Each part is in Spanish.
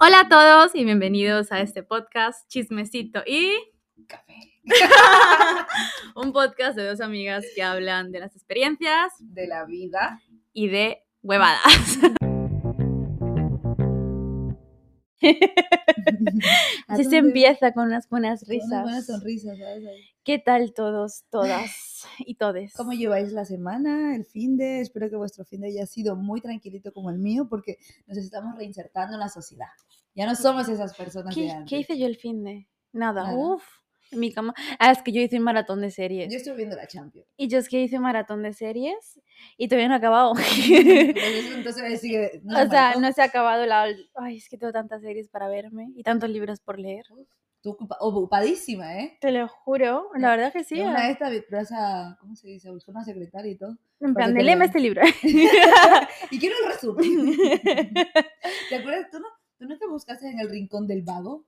Hola a todos y bienvenidos a este podcast Chismecito y Café. un podcast de dos amigas que hablan de las experiencias De la vida. y de huevadas. Así se empieza con unas buenas Risas. Buenas risas. sonrisas, ¿sabes? Ahí. ¿Qué tal todos, todas y todes? ¿Cómo lleváis la semana, el fin de? Espero que vuestro fin de haya sido muy tranquilito como el mío, porque nos estamos reinsertando en la sociedad. Ya no somos esas personas de ¿Qué, antes. qué hice yo el fin de? Nada. Nada. Uf. En mi cama. Ah, es que yo hice un maratón de series. Yo estoy viendo la Champions. Y yo es que hice un maratón de series y todavía no he acabado. Pues eso entonces sigue. no es o sea, maratón. no se ha acabado la... Ay, es que tengo tantas series para verme y tantos libros por leer. Tú ocupa- ocupadísima, ¿eh? Te lo juro, la verdad que sí. Yo ah. Una de estas vas a, ¿cómo se dice? Buscar una secretaria y todo. En plan, te de, léeme leo". este libro. Y quiero el resumen. ¿Te acuerdas? ¿Tú no, ¿Tú no te buscaste en el rincón del vago?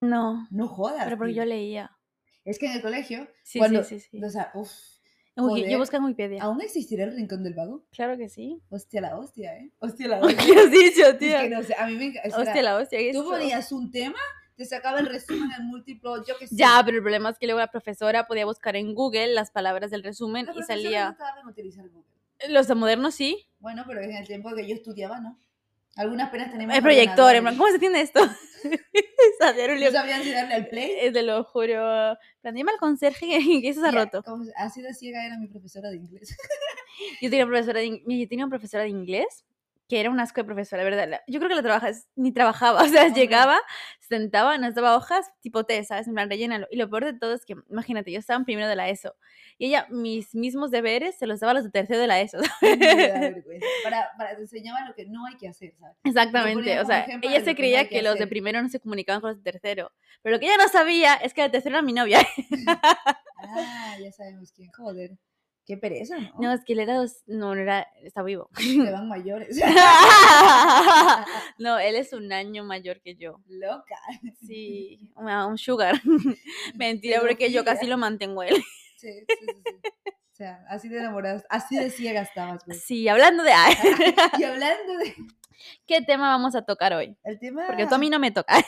no, No jodas. pero porque tío. yo leía. Es que en el colegio, Sí, cuando, sí, sí, sí. o sea, uf, En Wiki- joder. yo busco en Wikipedia. ¿aún existirá el rincón del vago? Claro que sí. Hostia la hostia, ¿eh? Hostia la ¿Qué hostia. has dicho, Es que tía? no sé, a mí me encanta. Hostia, la hostia. ¿qué es Tú eso? ponías un tema, te sacaba el resumen, el múltiplo, yo qué sé. Ya, pero el problema es que luego la profesora podía buscar en Google las palabras del resumen La y profesora No salía. estaba en utilizar Google. Los de modernos sí. Bueno, pero en el tiempo que yo estudiaba, ¿no? Algunas penas teníamos. El proyector, en plan, ordenadores. ¿cómo se entiende esto? Sabía un No libro. sabían si darle al play. Eh, Te lo juro. En plan, Dime al conserje que que eso se ha Y a- roto. como- Así de ciega era mi profesora de inglés. Yo tenía, profesora de, in- mira, yo tenía una profesora de inglés que era un asco de profesora, la ¿verdad? la- Yo creo que la trabaja, ni trabajaba, o sea, Hombre. llegaba, se sentaba, nos daba hojas, tipo té, ¿sabes? En plan, rellénalo. Y lo peor de todo es que, imagínate, yo estaba en primero de la ESO y ella mis mismos deberes se los daba a los de tercero de la ESO. Ay, me da vergüenza. para, para te enseñaba lo que no hay que hacer, ¿sabes? Exactamente, o como sea, ejemplo de ella lo que se no creía hay que, que los de hacer. primero no se comunicaban con los de tercero, pero lo que ella no sabía es que la tercera era mi novia. Ah, ya sabemos quién. Joder. Qué pereza, ¿no? No, es que él era, dos- no, no era, está vivo. Se van mayores. no, él es un año mayor que yo. Loca. Sí, una- un sugar. Mentira, Pero porque yo casi fija. lo mantengo a él. Sí, sí, sí, sí. O sea, así de enamoradas, así de ciega estabas, güey. Sí, hablando de A, Y hablando de ¿qué tema vamos a tocar hoy? el tema. Porque tú a mí no me toca.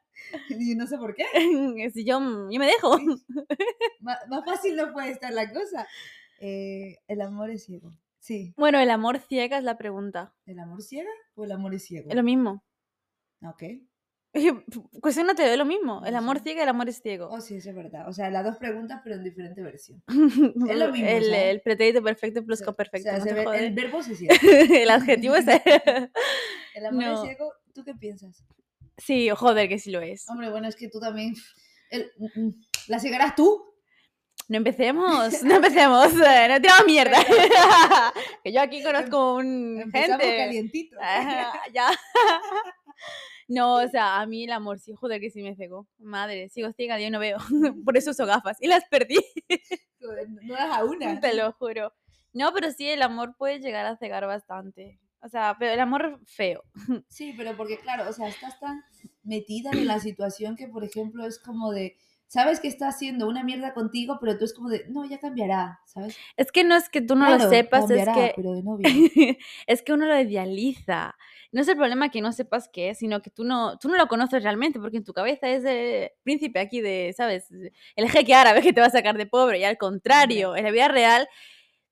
Y no sé por qué. si yo, yo me dejo. Má- más fácil no puede estar la cosa. Eh, el amor es ciego. Sí. Bueno, el amor ciega es la pregunta. ¿El amor ciega o el amor es ciego? Es lo mismo. Ah, Ok. Cuestiónate, es lo mismo. El No amor sé. ciega y el amor es ciego. Oh, sí, eso es verdad. O sea, las dos preguntas, pero en diferente versión. Es lo mismo, El, ¿sabes? el pretérito perfecto plus O sea, comperfecto. o sea, no se te ve- jodes. el verbo se ciega. el adjetivo es. El amor No. es ciego, ¿tú qué piensas? sí, joder, que sí lo es. Hombre, bueno, es que tú también. el- mm, mm, ¿La ciegarás tú? No empecemos, no empecemos, eh, no tiramos mierda. que yo aquí conozco un Empezamos gente. Ah. calientito. ¿eh? Ajá, ya. No, o sea, a mí el amor sí, joder, que sí me cegó. Madre, sigo ciega, yo no veo. Por eso uso gafas. Y las perdí, Joder, eh, No das a una. te lo juro. No, pero sí, el amor puede llegar a cegar bastante. O sea, pero el amor feo. Sí, pero porque, claro, o sea, estás tan metida en la situación que, por ejemplo, es como de. Sabes que está haciendo una mierda contigo, pero tú es como de. No, ya cambiará, ¿sabes? Es que no es que tú no lo Claro, sepas, es cambiará, que Pero de novio. es que uno lo idealiza. No es el problema que no sepas qué es, sino que tú no, tú no lo conoces realmente, porque en tu cabeza es el príncipe aquí de, ¿sabes? El jeque árabe que te va a sacar de pobre, y al contrario, en la vida real,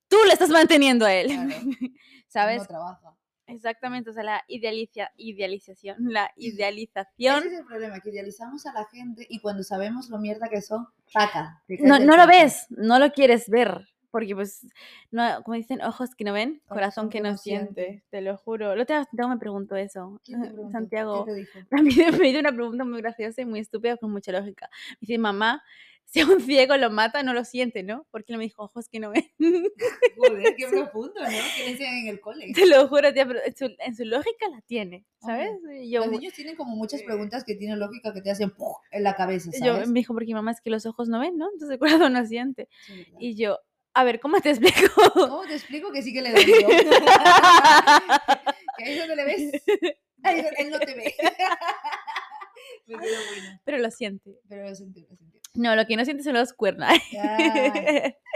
tú le estás manteniendo a él, Claro, ¿sabes? No trabaja. Exactamente, o sea, la idealicia, idealización, la Ese idealización. es el problema, que idealizamos a la gente y cuando sabemos lo mierda que son, taca. te cae No, del no lo techo. ves, no lo quieres ver, porque pues, no, como dicen, ojos que no ven, corazón que no siente, te lo juro. Lo tengo, me preguntó eso, ¿Quién te preguntó? Santiago. ¿Qué te dijo? A mí me hizo una pregunta muy graciosa y muy estúpida con mucha lógica. Me dice, mamá, si a un ciego lo mata, no lo siente, ¿no? Porque no me dijo, ojos que no ven. Joder, qué profundo, ¿no? Que le enseñan en el cole. Te lo juro, tía, pero en su, en su lógica la tiene, Hombre, ¿sabes? Y yo, Los niños tienen como muchas preguntas que tienen lógica que te hacen ¡puf! en la cabeza, yo- mm, ¿sabes? me dijo, porque mamá es que los ojos no ven, ¿no? Entonces el corazón no siente. Sí, ¿verdad? Y yo, a ver, ¿cómo te explico? ¿Cómo te explico que sí que le dolió? que ahí es donde le ves. Ahí es donde él no te ve. Me quedo buena. pero lo siente. Pero lo sentí, lo sentí. No, lo que no sientes son los cuernos. Ya,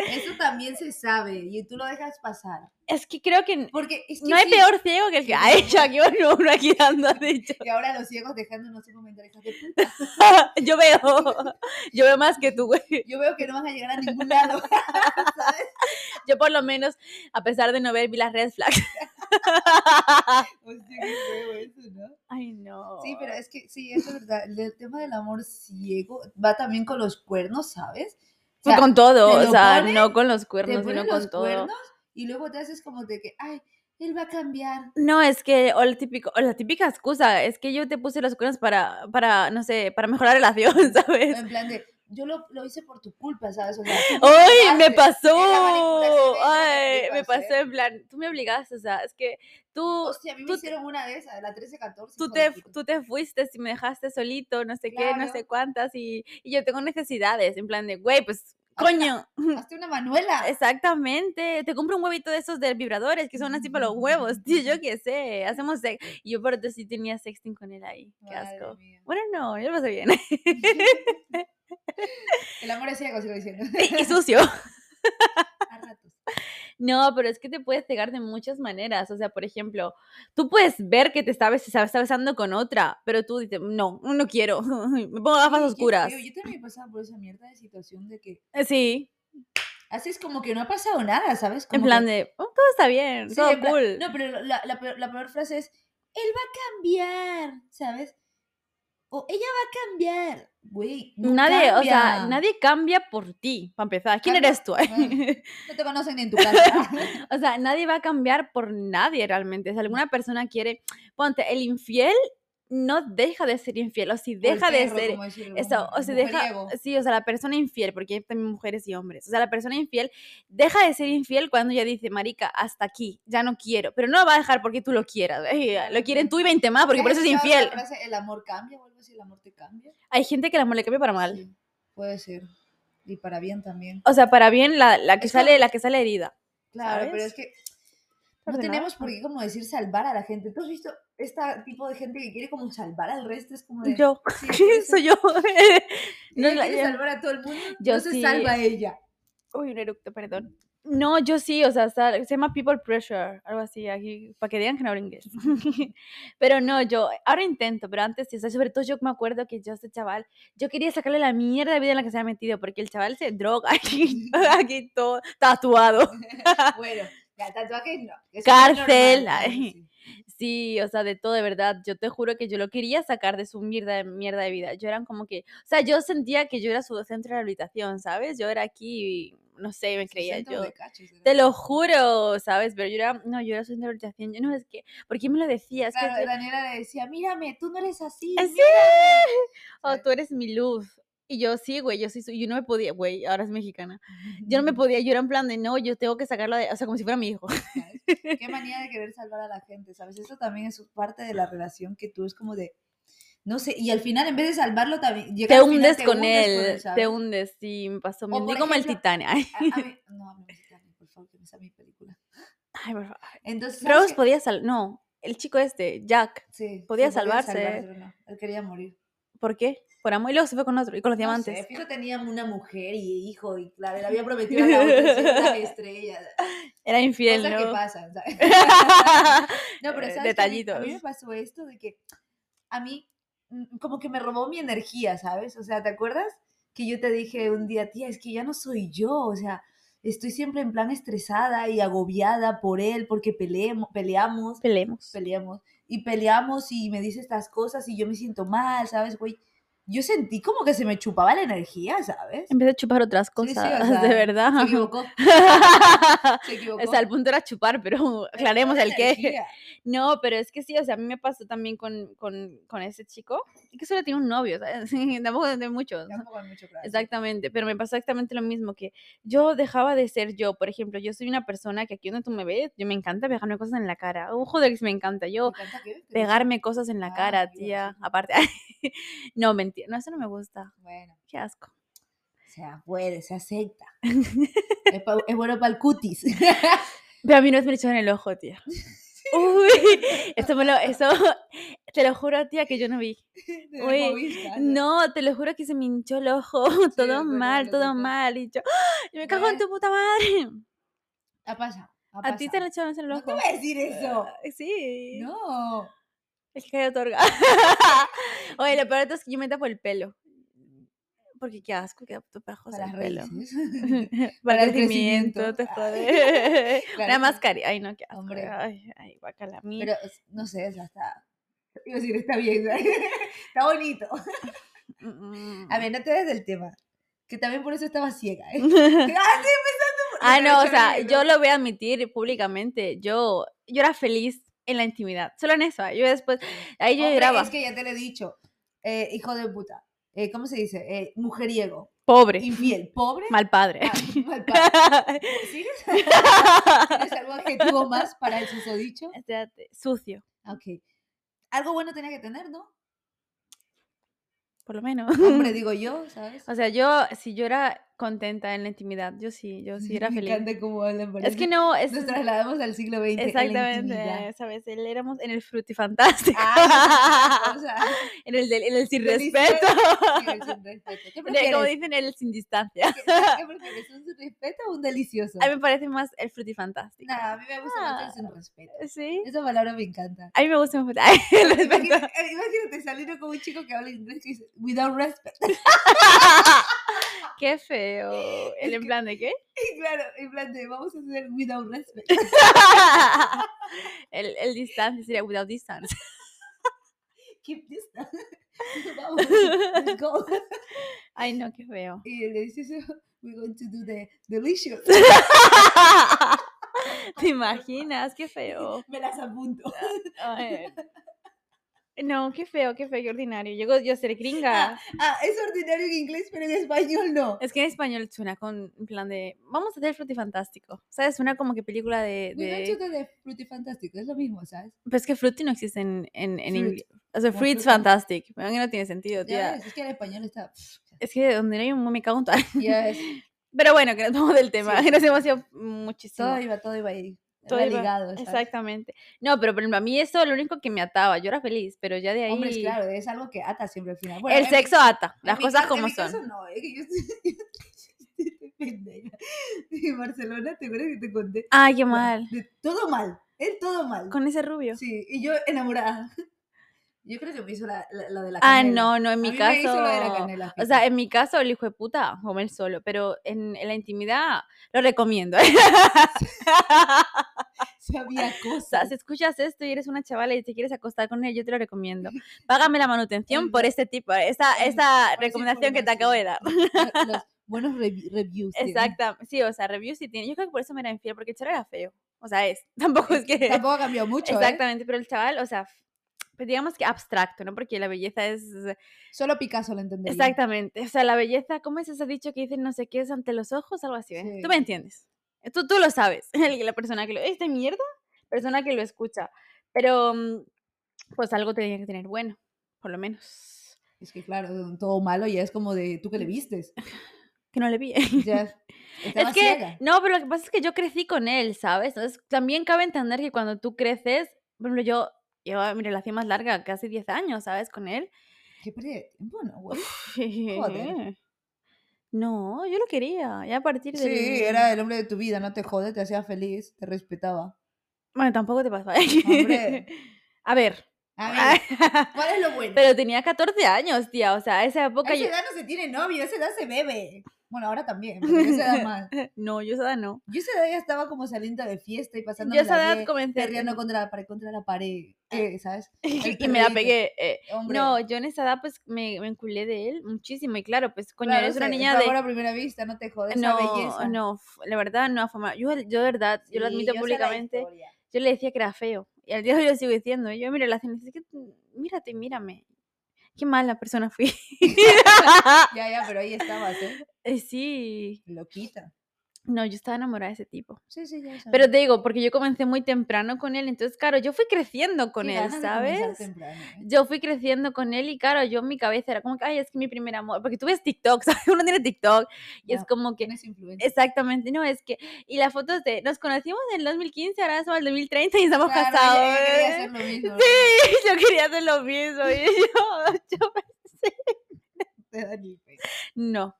Eso también se sabe y tú lo dejas pasar. es que creo que Porque es que no hay sí, peor ciego que el que ha hecho aquí uno, uno aquí dando, de hecho. Y ahora los ciegos dejándonos en comentarios. hijos de puta. Yo veo, yo veo más que tú, güey. Yo veo que no vas a llegar a ningún lado. ¿sabes? Yo por lo menos, a pesar de no ver, vi las red flags. Hostia, Pues qué feo eso, ¿no? Ay, no. Sí, pero es que sí, eso es verdad. El, el tema del amor ciego va también con los cuernos, ¿sabes? O Fue sea, con todo, te o lo sea, ponen, no con los te cuernos, sino ponen con los todo. cuernos y luego te haces como de que, ay, él va a cambiar. No, es que, o, el típico, o la típica excusa, es que yo te puse los cuernos para, para no sé, para mejorar la relación, ¿sabes? En plan de, yo lo, lo hice por tu culpa, ¿sabes? O sea, tú ¡Ay, me manipulaste, era manipulación, pasó! era ¡Ay, me pasó manipulación. en plan, tú me obligaste, o sea, es que tú, Hostia, a mí Oh, tú me te- hicieron una de esas, de la 13-14. tú hijo de te, puta. tú te fuiste y me dejaste solito, no sé qué, no sé Claro. cuántas, y, y yo tengo necesidades, en plan de, güey, pues, coño, Hazte una Manuela. exactamente, te compro un huevito de esos de vibradores que son así para los huevos, tío, Mm. yo qué sé, hacemos sex. Y yo, por otro, sí tenía sexting con él ahí, qué Madre asco. mía. Bueno, no, yo lo pasé bien. El amor es ciego, sigo diciendo. y sucio. A ratos. No, pero es que te puedes cegar de muchas maneras. O sea, por ejemplo, tú puedes ver que te está, bes- se está besando con otra, pero tú dices, no, no quiero. Me pongo gafas Sí, qué oscuras. feo. Yo también he pasado por esa mierda de situación de que Eh, Sí, haces como que no ha pasado nada, ¿sabes? en Como plan que- de, "Oh, todo está bien, Sí, todo en plan- cool. No, pero la, la peor, la peor frase es, él va a cambiar, ¿sabes? O ella va a cambiar. Güey, no nadie, o sea, cambia. nadie cambia por ti, para empezar. ¿Quién Cambia- eres tú? Bueno. No te conocen ni en tu casa. o sea, nadie va a cambiar por nadie realmente. Si alguna persona quiere, ponte, el infiel no deja de ser infiel, o si deja de ser Eso, o se deja, sí, o sea, la persona infiel, porque hay también mujeres y hombres, o sea, la persona infiel deja de ser infiel cuando ya dice, marica, hasta aquí, ya no quiero, pero no lo va a dejar porque tú lo quieras, ¿eh? lo quieren tú y 20 más, Ah, porque por eso es infiel. el amor cambia, vuelve si el amor te cambia. Hay gente que el amor le cambia para mal, Sí, puede ser. Y para bien también. o sea, para bien la, la que Es como- sale, la que sale herida. Claro, pero ¿sabes? es que no Ordenada. tenemos por qué como decir salvar a la gente. ¿Tú has visto este tipo de gente que quiere como salvar al resto? Es como de... Yo, Sí, puede ser. soy yo. No, Ella la- quiere ya- salvar a todo el mundo, Yo no se sí. salva ella. Uy, un eructo, perdón. No, yo sí, o sea, sal- se llama People Pressure, algo así, aquí, para que digan que no hablo inglés. pero no, yo ahora intento, pero antes sí, o sea, sobre todo yo me acuerdo que yo a este chaval, yo quería sacarle la mierda de vida en la que se había metido, porque el chaval se droga aquí, aquí todo tatuado. Bueno, ya tatuajes no. eso es Cárcel, normal, claro ay. que sí. Sí, o sea, de todo, de verdad, yo te juro que yo lo quería sacar de su mierda, mierda de vida. Yo era como que, o sea, yo sentía que yo era su centro de rehabilitación, ¿sabes? Yo era aquí, no sé, me Su creía centro yo. de cachos, era. Te lo juro, ¿sabes? Pero yo era, no, yo era su interpretación. Yo no es que, ¿por qué me lo decías? Que Claro, te- Daniela le decía, mírame, tú no eres así. ¡Sí! mírame". Oh, tú eres mi luz. Y yo sí, güey, yo sí, soy- yo no me podía, güey, ahora es mexicana. Yo no me podía, yo era en plan de, no, yo tengo que sacarlo de, o sea, como si fuera mi hijo. ¿Sabes? Qué manía de querer salvar a la gente, ¿sabes? Eso también es parte de la relación que tú es como de, no sé, y al final en vez de salvarlo también... llega Te al final, hundes te con hundes él, te ¿sabes? hundes, sí, me pasó, me O, por hundí como el ejemplo, Titanic. Ay, A- a mí- no, no, no, por favor, que no sea mi película. ay, por favor. Entonces, ¿sabes Rose qué? podía sal, no, el chico este, Jack, Sí, podía sí, salvarse. salvar, pero no, él quería morir. ¿por qué? Por amor, y luego se fue con otro, y con los No sé, diamantes. fijo tenía una mujer y hijo, y claro, le había prometido a la otra ser una estrella. Era infiel, cosas que ¿no? pasan, ¿sabes? No, pero Eh, ¿sabes qué? A mí- A mí, detallitos. me pasó esto de que a mí mm, como que me robó mi energía, ¿sabes? O sea, ¿te acuerdas? Que yo te dije un día, tía, es que ya no soy yo, o sea, estoy siempre en plan estresada y agobiada por él porque peleemos, peleamos, Peleemos. peleamos y peleamos y me dice estas cosas y yo me siento mal, ¿sabes, güey? Yo sentí como que se me chupaba la energía, ¿sabes? Empecé a chupar otras Sí, sí, o cosas, sea, de verdad. Se equivocó. Se equivocó. O sea, el punto era chupar, pero aclaremos Era el qué. energía. No, pero es que sí, o sea, a mí me pasó también con, con, con ese chico, que solo tiene un novio, ¿sabes? Tampoco de muchos. Tampoco hay mucho plan. Exactamente, pero me pasó exactamente lo mismo, que yo dejaba de ser yo, por ejemplo, yo soy una persona que aquí donde tú me ves, yo me encanta pegarme cosas en la cara, oh, joder, me encanta, yo Me encanta que- que te pegarme cosas en la Ah, cara, te iba a tía, decir. aparte, no, mentira, no, eso no me gusta, dicen, Bueno, qué asco. se puede, se acepta. es, pa- es bueno para el cutis. Pero a mí no me echó en el ojo, tía. Uy, eso me lo, eso, Te lo juro, tía, que yo no vi. Te Uy, moviste, ¿no? No, te lo juro que se me hinchó el ojo. Ah, es todo verdad, mal, lo todo noté. mal. Y yo, ¡ah! Y me cago en ¿Ves? tu puta madre. Ha pasado. ha A ti te pasado. lo echaron en el No te ojo. voy a decir eso. Eh, sí. No. Es que hay otorga. Oye, lo peor de todo es que yo me tapo el pelo. Porque qué asco que tu pajos Para el las pelo. raíces. Para Para el el crecimiento, crecimiento. te Ay, jode. Una claro. máscara. Ay, no, qué asco. Hombre. Ay, ay, guacala. mí. Pero es- no sé, esa está. Iba a decir, está bien. está bonito. Mm, A ver, no te des del tema. Que también por eso estaba ciega. ¿eh? mm. Ah, estoy empezando por- ah, Pero no, o yo sea, digo, yo lo voy a admitir públicamente. Yo, yo era feliz en la intimidad. Solo en eso. ¿eh? Yo después, ahí yo hombre, lloraba. Es que ya te lo he dicho. Eh, hijo de puta. Eh, ¿Cómo se dice? Eh, mujeriego. Pobre. Infiel. Pobre. Mal padre. Ah, mal padre. ¿Sigues? ¿Tienes algún adjetivo más para el susodicho? Espérate, Sucio, Ok. Algo bueno tenía que tener, ¿no? por lo menos. Hombre, digo yo, ¿sabes? O sea, yo, si yo era contenta en la intimidad, yo sí, yo sí era Me feliz. encanta cómo hablan. Es que parece- no, es Nos trasladamos al siglo XX. en la exactamente, intimidad. ¿sabes? Él éramos en el frutifantástico, Ah, o sea, en el, del- en el sin del respeto, sí, el sin respeto. ¿Qué De- como prefieres? dicen, el sin distancia. ¿Qué- ¿Qué prefieres? ¿Un sin respeto o un delicioso? A mí me parece más el frutifantástico. Nah, a mí me gusta mucho Ah. el sin respeto. Sí, Esa palabra me encanta. a mí me gusta más Ay, el respeto. Imagínate, imagínate salir con un chico que habla inglés que dice, without respect. Qué feo. Es ¿El en que- plan de qué? Y claro, en plan de, vamos a hacer without respect. El, el distancia sería without distance. Keep distance. vamos, let's go. Ay, no, qué feo. Y el delicioso, we're going to do the delicious. ¿Te imaginas? Qué feo. Me las apunto. Ay. No, qué feo, qué feo, qué ordinario. Yo, yo ser gringa. Ah, es ordinario en inglés, pero en español no. Es que en español suena con en plan de vamos a hacer frutifantástico. ¿Sabes? Suena como que película de. We de- don't do the fruity fantastic, es lo mismo, ¿sabes? Pero es que fruity no existe en, en, en Fruit. inglés. O sea, No, fruit's fruta. fantastic. Pero que no tiene sentido, Ya tía. ves, es que el español está... Es que donde no hay un mu- me cago en todo. Ya ves, Pero bueno, que nos vamos del tema. Sí. Nos hemos ido muchísimo. todo iba, todo iba ahí. Todo Todo iba- ligado, ¿sabes? Exactamente. No, pero por ejemplo, a mí eso lo único que me ataba. Yo era feliz, pero ya de ahí. Hombres, claro, es algo que ata siempre al final. el sexo sexo ata. En Las mi cosas ca- como en mi son. caso no, es que yo estoy- yo estoy pendeja. En Barcelona, ¿te acuerdas que te conté? Ay, qué No, mal. De todo mal, él todo mal. Con ese rubio. Sí, y yo enamorada. Yo creo que me hizo la, la, la de la Ah, canela. no, no, en mi A mí caso. Me hizo la de la canela. O sea, em, en mi caso, el hijo de puta, comer solo, pero en, en la intimidad lo recomiendo. sabía O sea, cosas. si escuchas esto y eres una chavala y te quieres acostar con él, yo te lo recomiendo. Págame la manutención por Exacto. este tipo, esa, esa por esa recomendación que te acabo de dar. Lo- Los buenos revi- reviews. tiene. Exacta, sí, o sea, reviews sí tiene. Yo creo que por eso me era infiel, porque el chaval era feo. O sea, es. Tampoco es que. Tampoco ha cambiado mucho. ¿eh? Exactamente, pero el chaval, o sea, f- pues digamos que abstracto, ¿no? Porque la belleza es. Solo Picasso lo entendería. Exactamente. O sea, la belleza, ¿cómo es ese dicho que dicen no sé qué es ante los ojos? Algo así. ¿eh? Tú me Sí. entiendes. Eh, Tú, tú lo sabes. el- La persona que lo. ¿Es de mierda? Persona que lo escucha. Pero. mm, Pues algo tenía que tener bueno, por lo menos. Es que claro, todo malo ya es como de tú que le vistes. Que no le vi. Ya. Estaba es que, ciega. no, pero lo que pasa es que yo crecí con él, ¿sabes? Entonces, también cabe entender que cuando tú creces, por ejemplo, yo llevaba mi relación más larga, casi 10 años, ¿sabes? Con él. Qué pérdida de tiempo, ¿no, güey? Joder. No, yo lo quería, ya a partir de... Sí, era el hombre de tu vida, no te jode, te hacía feliz, te respetaba. Bueno, tampoco te pasó. Hombre. a ver. A ver, ¿cuál es lo bueno? pero tenía 14 años, tía, o sea, a esa a época... esa Yo... edad no se tiene novio, a esa edad se bebe. Bueno, ahora también, pero yo a esa edad más. No, yo a esa edad no. Yo a esa edad ya estaba como saliendo de fiesta y pasando Yo a esa edad comencé... a perreando contra la pared, contra la pared, eh, ¿sabes? tener- el y me la perreíto. pegué. eh, Hombre, Ah. No, yo en esa edad pues me, me enculé de él muchísimo y claro, pues coño, claro, eres una se- niña fue de amor a primera vista, no te jode esa No, belleza. no, f- la verdad no, fama. Yo, yo de verdad, yo lo Sí, admito yo sé la públicamente, historia. yo le decía que era feo. Y al día de hoy lo sigo diciendo. y Yo en mi relación le decía, "Es que tú- mírate, mírame. Qué mala persona fui. Ya, ya, pero ahí estabas, ¿eh? Eh, sí, Loquita. No, yo estaba enamorada de ese tipo. Sí, sí, ya sabes. Pero te digo, porque yo comencé muy temprano con él, entonces, claro, yo fui creciendo con Qué él, ganas de comenzar ¿sabes? temprano, ¿eh? Yo fui creciendo con él y claro, yo en mi cabeza era como que, ay, es que mi primer amor, porque tú ves TikTok, ¿sabes? Uno tiene TikTok y es Ya, como que, Tienes influencia. exactamente, no, es que, y las fotos de, nos conocimos en el 2015, ahora somos el 2030 y estamos Claro, yo- casados. ¿eh? yo quería hacer lo mismo. yo quería hacer lo mismo. Y yo, yo- de Dani, pues. no.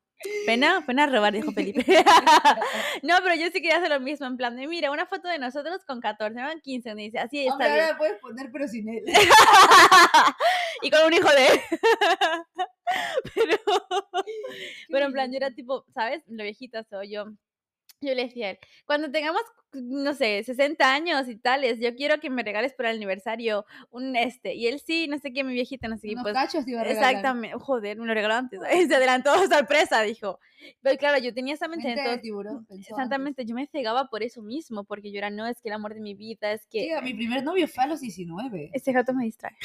Pena, pena robar, dijo Felipe. no, pero yo sí quería hacer lo mismo, en plan de, mira, una foto de nosotros con 14, ¿no? 15, donde dice, así está Hombre, bien. ahora la puedes poner, pero sin él. y con un hijo de él. pero, Qué pero en plan, yo era belleza. tipo, ¿sabes? Lo viejita soy yo. Yo le decía a él, cuando tengamos, no sé, 60 años y tales, yo quiero que me regales por el aniversario un este. Y él sí, no sé qué, mi viejita, no sé qué. Unos Pues cachos te iba a regalar. Exactamente, joder, me lo regaló antes. Se adelantó sorpresa, dijo. Pero claro, yo tenía esa mente, Mente de entonces, tiburón, pensó exactamente, yo me cegaba por eso mismo, porque yo era, no, es que el amor de mi vida, es que Tía, mi primer novio fue a los 19. este gato me distrae.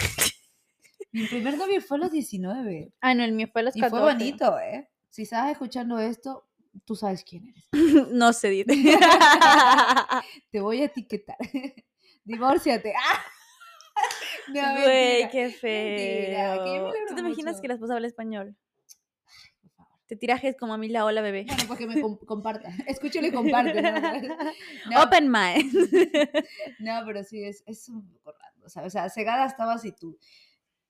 Mi primer novio fue a los 19. Ah, no, el mío fue a los Y fue 14. bonito, ¿eh? Si estás escuchando esto, tú sabes quién eres. no se dice. Te voy a etiquetar. Divórciate. ¡Ah! No, Güey, mentira. qué mentira, que yo me feo. alegro ¿Tú te imaginas mucho. que la esposa habla español? Por favor. Te tirajes como a mí la ola, bebé. Bueno, pues que me com- comparta. Escúchalo y comparte. No, No, Open mind. No, pero sí, es, es un poco raro, ¿sabes? O sea, cegada estabas y tú.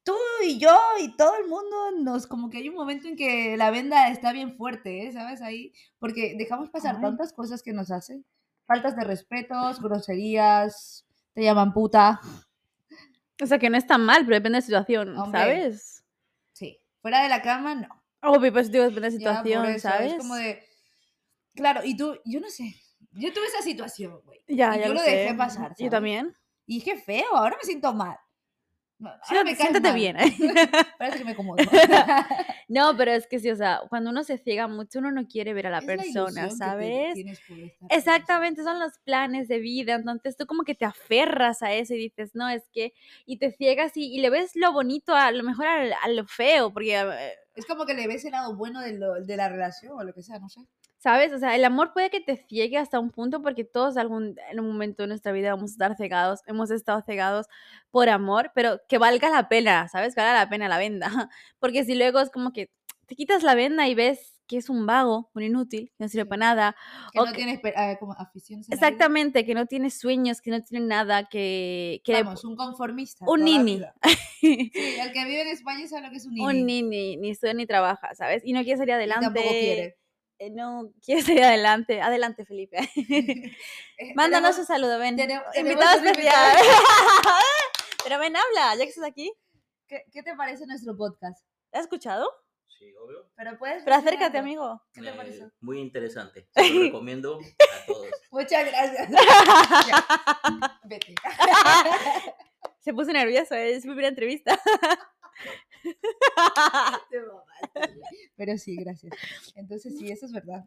Tú y yo y todo el mundo nos, como que hay un momento en que la venda está bien fuerte, ¿eh? ¿sabes? Ahí, porque dejamos pasar Ay. tantas cosas que nos hacen. Faltas de respetos, groserías, te llaman puta. o sea, que no es tan mal, pero depende de la situación, Hombre. ¿sabes? Sí, fuera de la cama, no. Obvio, pues digo, depende de la Ya, por situación, eso, ¿sabes? Es como de, claro, y tú, yo no sé, yo tuve esa situación, güey. Ya, y ya yo lo, lo dejé sé. pasar, Yo ¿sabes? también. Y dije, feo, ahora me siento mal. Ahora Siéntate, me caes siéntate mal. bien. Parece que me acomodo. no, pero es que sí, o sea, cuando uno se ciega mucho, uno no quiere ver a la Es la persona, ilusión que te ¿sabes? tienes por esta persona. Exactamente, son los planes de vida, entonces tú como que te aferras a eso y dices, no, es que, y te ciegas y, y le ves lo bonito a lo mejor al- a, lo feo, porque, eh, Es como que le ves el lado bueno de, lo- de la relación o lo que sea, no sé. ¿sabes? O sea, el amor puede que te ciegue hasta un punto porque todos algún, en un momento de nuestra vida vamos a estar cegados, hemos estado cegados por amor, pero que valga la pena, ¿sabes? Que valga la pena la venda, porque si luego es como que te quitas la venda y ves que es un vago, un inútil, que no sirve Sí. para nada, Que O no que- tienes pe- ah, como aficiones. en la vida. exactamente, que no tiene sueños, que no tiene nada, que... que Vamos, un conformista. un toda la nini. vida. Sí, el que vive en España sabe lo que es un nini. un ni, ni, ni estudia ni trabaja, ¿sabes? Y no quiere salir y adelante. tampoco quiere. eh, No quiere salir adelante. Adelante, Felipe. Eh, Mándanos un tenemos- saludo, ven. tenemos- invitado tenemos un especial. invitado. Pero ven, habla, ya que estás aquí. ¿Qué, qué te parece nuestro podcast? ¿Lo has escuchado? Sí, obvio. Pero puedes Pero acércate, mencionarlo. amigo. ¿Qué te Eh, pareció? muy interesante. Se lo recomiendo a todos. Muchas gracias. Ya, Vete. Se puso nervioso, eh, es mi primera entrevista. Te mamaste. Pero sí, gracias. Entonces, sí, eso es verdad.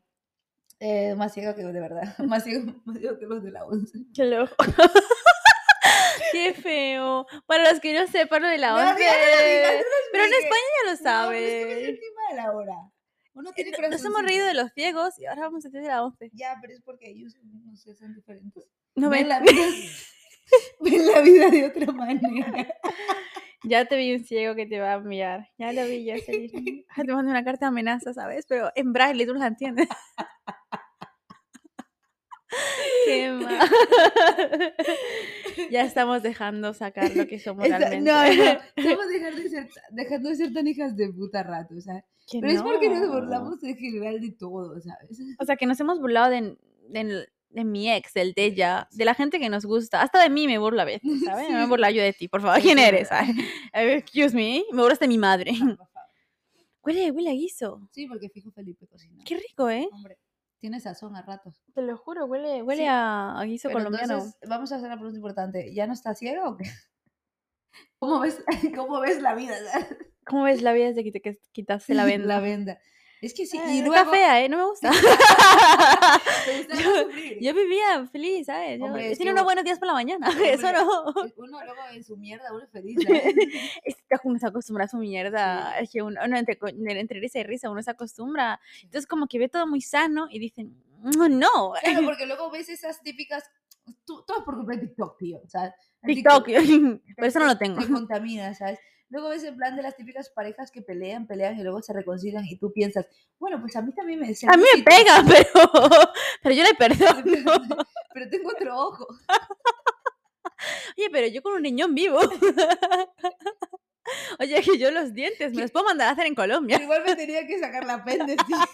Eh, más ciego que de verdad. Más ciego, más ciego que los de la 11. Qué loco. Qué feo. Para los que no sepan lo de la No, digas, no lo once. digas, pero en expliques. España ya lo No, pero es que me saben. sentí mal ahora. Uno tiene Eh, No- Nos hemos corazoncito. reído de los ciegos y ahora vamos a decir de la once. Ya, pero es porque ellos, no sé, son diferentes. No ven ven. la vida, ven la vida de otra manera. Ya te vi un ciego que te va a enviar. Ya lo vi, ya sé. Ah, Te mando una carta de amenaza, ¿sabes? Pero en braille tú no la entiendes. Qué mal. ya estamos dejando sacar lo que somos Esta- realmente. no, no, estamos dejar de ser, dejando de ser tan hijas de puta rato, o sea, Que Pero es porque nos no. burlamos en general de todo, ¿sabes? O sea, que nos hemos burlado de, de- de mi ex, del de ella, de la gente que nos gusta. Hasta de mí me burla a veces, ¿sabes? No me Sí. burla yo de ti, por favor. Sí, ¿Quién sí, eres? verdad. Ay, Excuse me. Me burlas de mi madre. Ah, por favor. Huele, huele a guiso. Sí, porque fijo Felipe cocina. Qué rico, ¿eh? Hombre, tiene sazón a ratos. Te lo juro, huele, huele Sí. a, a guiso Pero colombiano. entonces, vamos a hacer la pregunta importante. ¿Ya no está ciega o qué? ¿Cómo ves, cómo ves la vida? ¿sabes? ¿Cómo ves la vida desde que te que- quitaste la venda? La venda. Es que sí, Eh, y Está luego... fea, ¿eh? No me gusta. te gusta Yo- sufrir. Yo vivía feliz, ¿sabes? Yo, Hombre, yo es tenía que unos vos- buenos días por la mañana. Hombre, Eso no. Eh, Uno luego en su mierda, uno es feliz, ¿sabes? Es que uno se acostumbra a su mierda. Es que uno, uno entre, co- entre risa y risa, uno se acostumbra. Entonces, como que ve todo muy sano y dicen, "Mm, No, no. Claro, porque luego ves esas típicas. Tú, todo es por culpa de TikTok, tío. O sea, el TikTok, por eso no lo te- tengo. Te contamina, ¿sabes? Luego ves el plan de las típicas parejas que pelean, pelean y luego se reconcilian y tú piensas, bueno, pues a mí también me A mí me desenvisito, pega, pero, pero yo le perdono. pero tengo otro ojo. Oye, pero yo con un riñón vivo. Oye, que yo los dientes me los puedo mandar a hacer en Colombia. Igual me tenía que sacar la pende, tío. Qué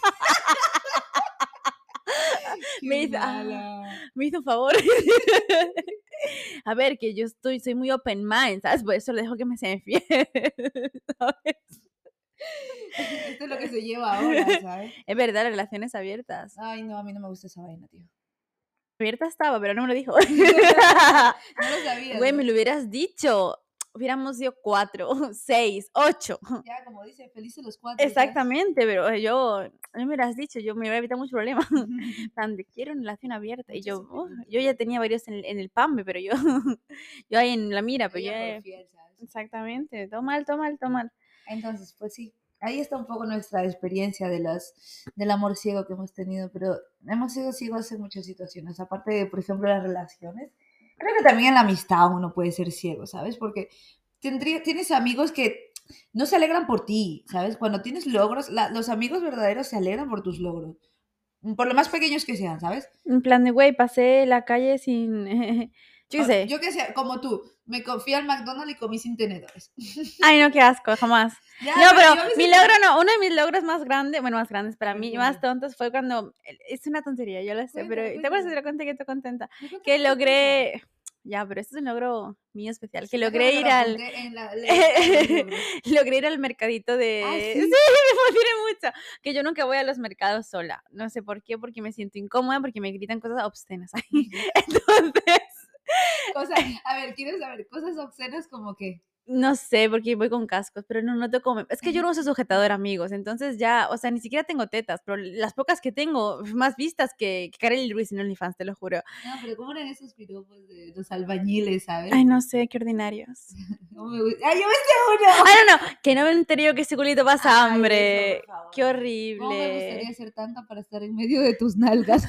Me dice, "Ah". mala. Me hizo un favor. a ver, que yo estoy, soy muy open mind, ¿sabes? Por eso le dejo que me sean fiel. ¿sabes? Esto es lo que se lleva ahora, ¿sabes? Es verdad, las relaciones abiertas. Ay, no, a mí no me gusta esa vaina, tío. Abierta estaba, pero no me lo dijo. No lo sabía. Güey, ¿no? me lo hubieras dicho. Hubiéramos sido cuatro, seis, ocho. Ya, como dice, felices los cuatro. Exactamente, pero yo, no me hubieras dicho, yo me hubiera evitado muchos problemas. plan de, quiero una relación abierta. Y Muchas yo, "Oh, preguntas. yo ya tenía varios en, el- en el PAMBE, pero yo, yo ahí en la mira, pero yo. eh, Exactamente, todo mal, todo mal, todo Mm. mal. Entonces, pues sí, ahí está un poco nuestra experiencia de las, del amor ciego que hemos tenido, pero hemos sido ciegos en muchas situaciones, aparte de, por ejemplo, las relaciones. Creo que también en la amistad uno puede ser ciego, ¿sabes? Porque tendría, tienes amigos que no se alegran por ti, ¿sabes? Cuando tienes logros, la- los amigos verdaderos se alegran por tus logros, por lo más pequeños que sean, ¿sabes? En plan de, güey, pasé la calle sin. yo qué O- sé. Ah, Yo que sé, como tú, me confía al McDonald's y comí sin tenedores. Ay, no, qué asco, jamás. Ya, No, pero Ah, yo a veces mi me- logro no. Uno de mis logros más grandes, bueno, más grandes para mí, y más Cuéntame. tontos, fue cuando. Es una tontería, yo lo sé, pero. Cuéntame, ¿Te acuerdas de cuéntame. la cuenta que te contenta? Yo creo Que no me acuerdo. logré. Ya, pero esto es un logro mío especial. Que Yo creo logré que ir lo al. apunté en la lista de logros. logré ir al mercadito de... Ah, ¿sí? sí, me emocioné mucho. Que yo nunca voy a los mercados sola. No sé por qué, porque me siento incómoda, porque me gritan cosas obscenas. Entonces, Cosa- a ver, quiero saber, cosas obscenas como que. no sé, porque voy con cascos, pero no noto como... Es que yo no uso sujetador, amigos. Entonces ya, o sea, ni siquiera tengo tetas, pero las pocas que tengo, más vistas que, que Kareli Ruiz en OnlyFans, te lo juro. No, pero ¿cómo eran esos piropos de los albañiles, sabes? Ay, no sé, qué ordinarios. No me gusta. ¡Ay, yo viste uno! Ay, Ah, no, no, que no me enteré yo que ese culito pasa Ay, hambre. eso, por favor. Qué ¿Cómo me gustaría horrible. ser tanta para estar en medio de tus nalgas?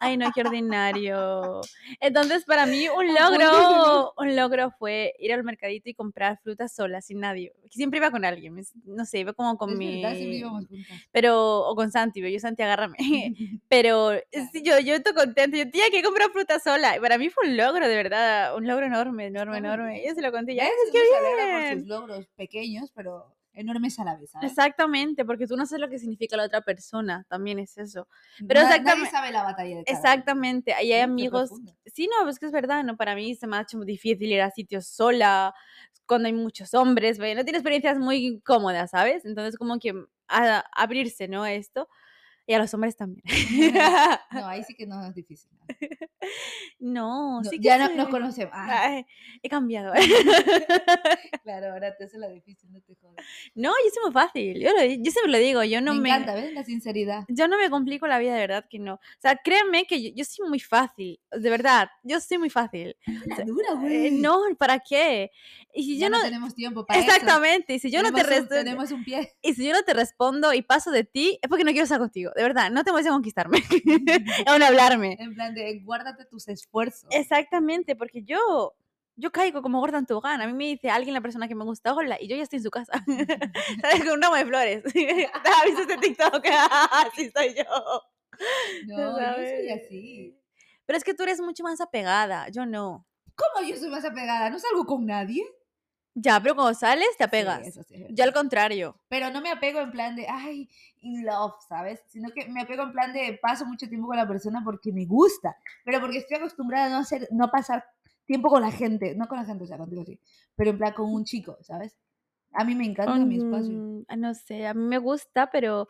Ay, no, qué ordinario. Entonces, para mí, un Apuntes de luz. logro, un logro fue ir al mercadito y comprar frutas sola, sin nadie. Siempre iba con alguien, es- no sé, iba como con Es mi... verdad, siempre íbamos juntas. Pero, o con Santi, pero yo, Santi, agárrame. Pero sí, yo, yo estoy contenta, yo tenía que comprar fruta sola. Y Para mí fue un logro, de verdad, un logro enorme, enorme, muy enorme. bien. Yo se lo conté, ya, ¿Ves? "Ay, qué Uno se alegra por bien". sus logros pequeños, pero enormes a la vez, ¿sabes? Exactamente, porque tú no sabes lo que significa la otra persona, también es eso. Na- Nadie exactame- sabe la batalla de cada uno. Exactamente, ahí hay Uy, qué amigos profundo. Sí, no, es que es verdad, ¿no? Para mí se me ha hecho muy difícil ir a sitios sola, cuando hay muchos hombres, ve, no tiene experiencias muy cómodas, ¿sabes? Entonces, como que mm, a- abrirse, ¿no? A esto. Y a los hombres también. No, ahí sí que no es difícil. ¿no? no, No, sí que ya no- se- nos conocemos. Ah, Ay, he cambiado. ¿eh? claro, ahora te hace la difícil, no te jodas. no, yo soy muy fácil. Yo, lo di- yo siempre lo digo. Yo no me, me. encanta, ¿ves? La sinceridad. Yo no me complico la vida, de verdad que no. O sea, créeme que yo, yo soy muy fácil. De verdad, yo soy muy fácil. La dura, Eh, güey. no, ¿para qué? Y si Ya yo no, no. tenemos tiempo para eso. Exactamente, y si yo no te Tenemos un- resto- tenemos un pie. y si yo no te respondo y paso de ti, es porque no quiero estar contigo. De verdad, no te voy a conquistarme, aún hablarme. En plan de guárdate tus esfuerzos. Exactamente, porque yo yo caigo como Gordon Tobogán. A mí me dice alguien la persona que me gusta, hola, y yo ya estoy en su casa. ¿Sabes? Con un ramo de flores. ¿Has visto este TikTok? Así soy yo. No, yo soy ¿sabes? así. Pero es que tú eres mucho más apegada, yo no. ¿Cómo yo soy más apegada? ¿No salgo con nadie? Ya, pero cuando sales te apegas. Sí, eso sí es verdad. Yo al contrario. Pero no me apego en plan de, ay, in love, ¿sabes? Sino que me apego en plan de paso mucho tiempo con la persona porque me gusta, pero porque estoy acostumbrada a no, hacer, no pasar tiempo con la gente, no con la gente, o sea, contigo sí, pero en plan con un chico, ¿sabes? A mí me encanta mi espacio. Mm, No sé, a mí me gusta, pero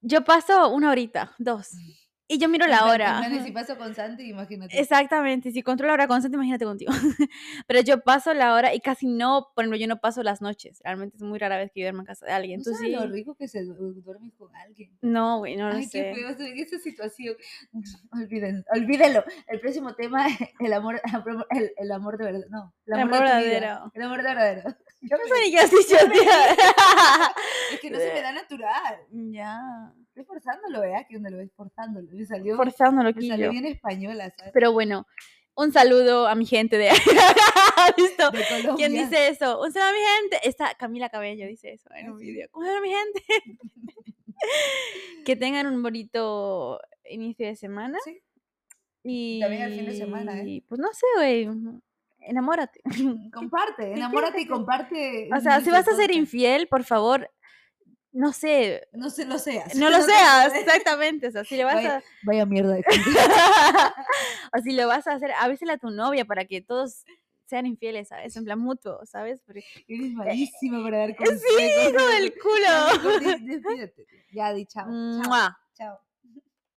yo paso una horita, dos. Y yo miro En la plan- en hora. plan de si paso con Santi, imagínate. Exactamente, si controlo la hora constante, imagínate contigo. Pero yo paso la hora y casi no, por ejemplo, yo no paso las noches. Realmente es muy rara vez que yo duermo en casa de alguien. ¿Tú Tú sabes sí. lo rico que se du- duerme con alguien? No, güey, no lo Ay, sé. qué feo estoy en esa situación. Olviden, olvídelo. El próximo tema, el amor, el, el amor de verdad. No, el amor, de tu vida, verdadero. El amor de verdadero. No sé ni qué has dicho, tía. Es que no se me da natural. Mm, Ya. Pero Estoy forzándolo, ¿eh? Aquí donde lo ves, forzándolo. Me salió, Forzando me salió bien española, ¿sabes? Pero bueno, un saludo a mi gente de. ¿Has visto? De ¿Quién Colombia. dice eso? Un saludo a mi gente. Está Camila Cabello dice eso en un video. Un saludo a mi gente. que tengan un bonito inicio de semana. Sí. Y también el fin de semana, ¿eh? y, Pues no sé, güey. Enamórate. Comparte, enamórate y comparte. o un sea, si lindo vas a ser podcast. infiel, por favor, no sé, No se lo seas. no lo te seas, seas. exactamente. O sea, si le vas Vaya- a. Vaya mierda de gente. o si lo vas a hacer, avísala a tu novia para que todos sean infieles, ¿sabes? En plan mutuo, ¿sabes? Porque Eres malísima para dar consejos. sí, hijo del Ya, culo. mejor des- despídete. Ya, di chao. Chao. Mua. chao.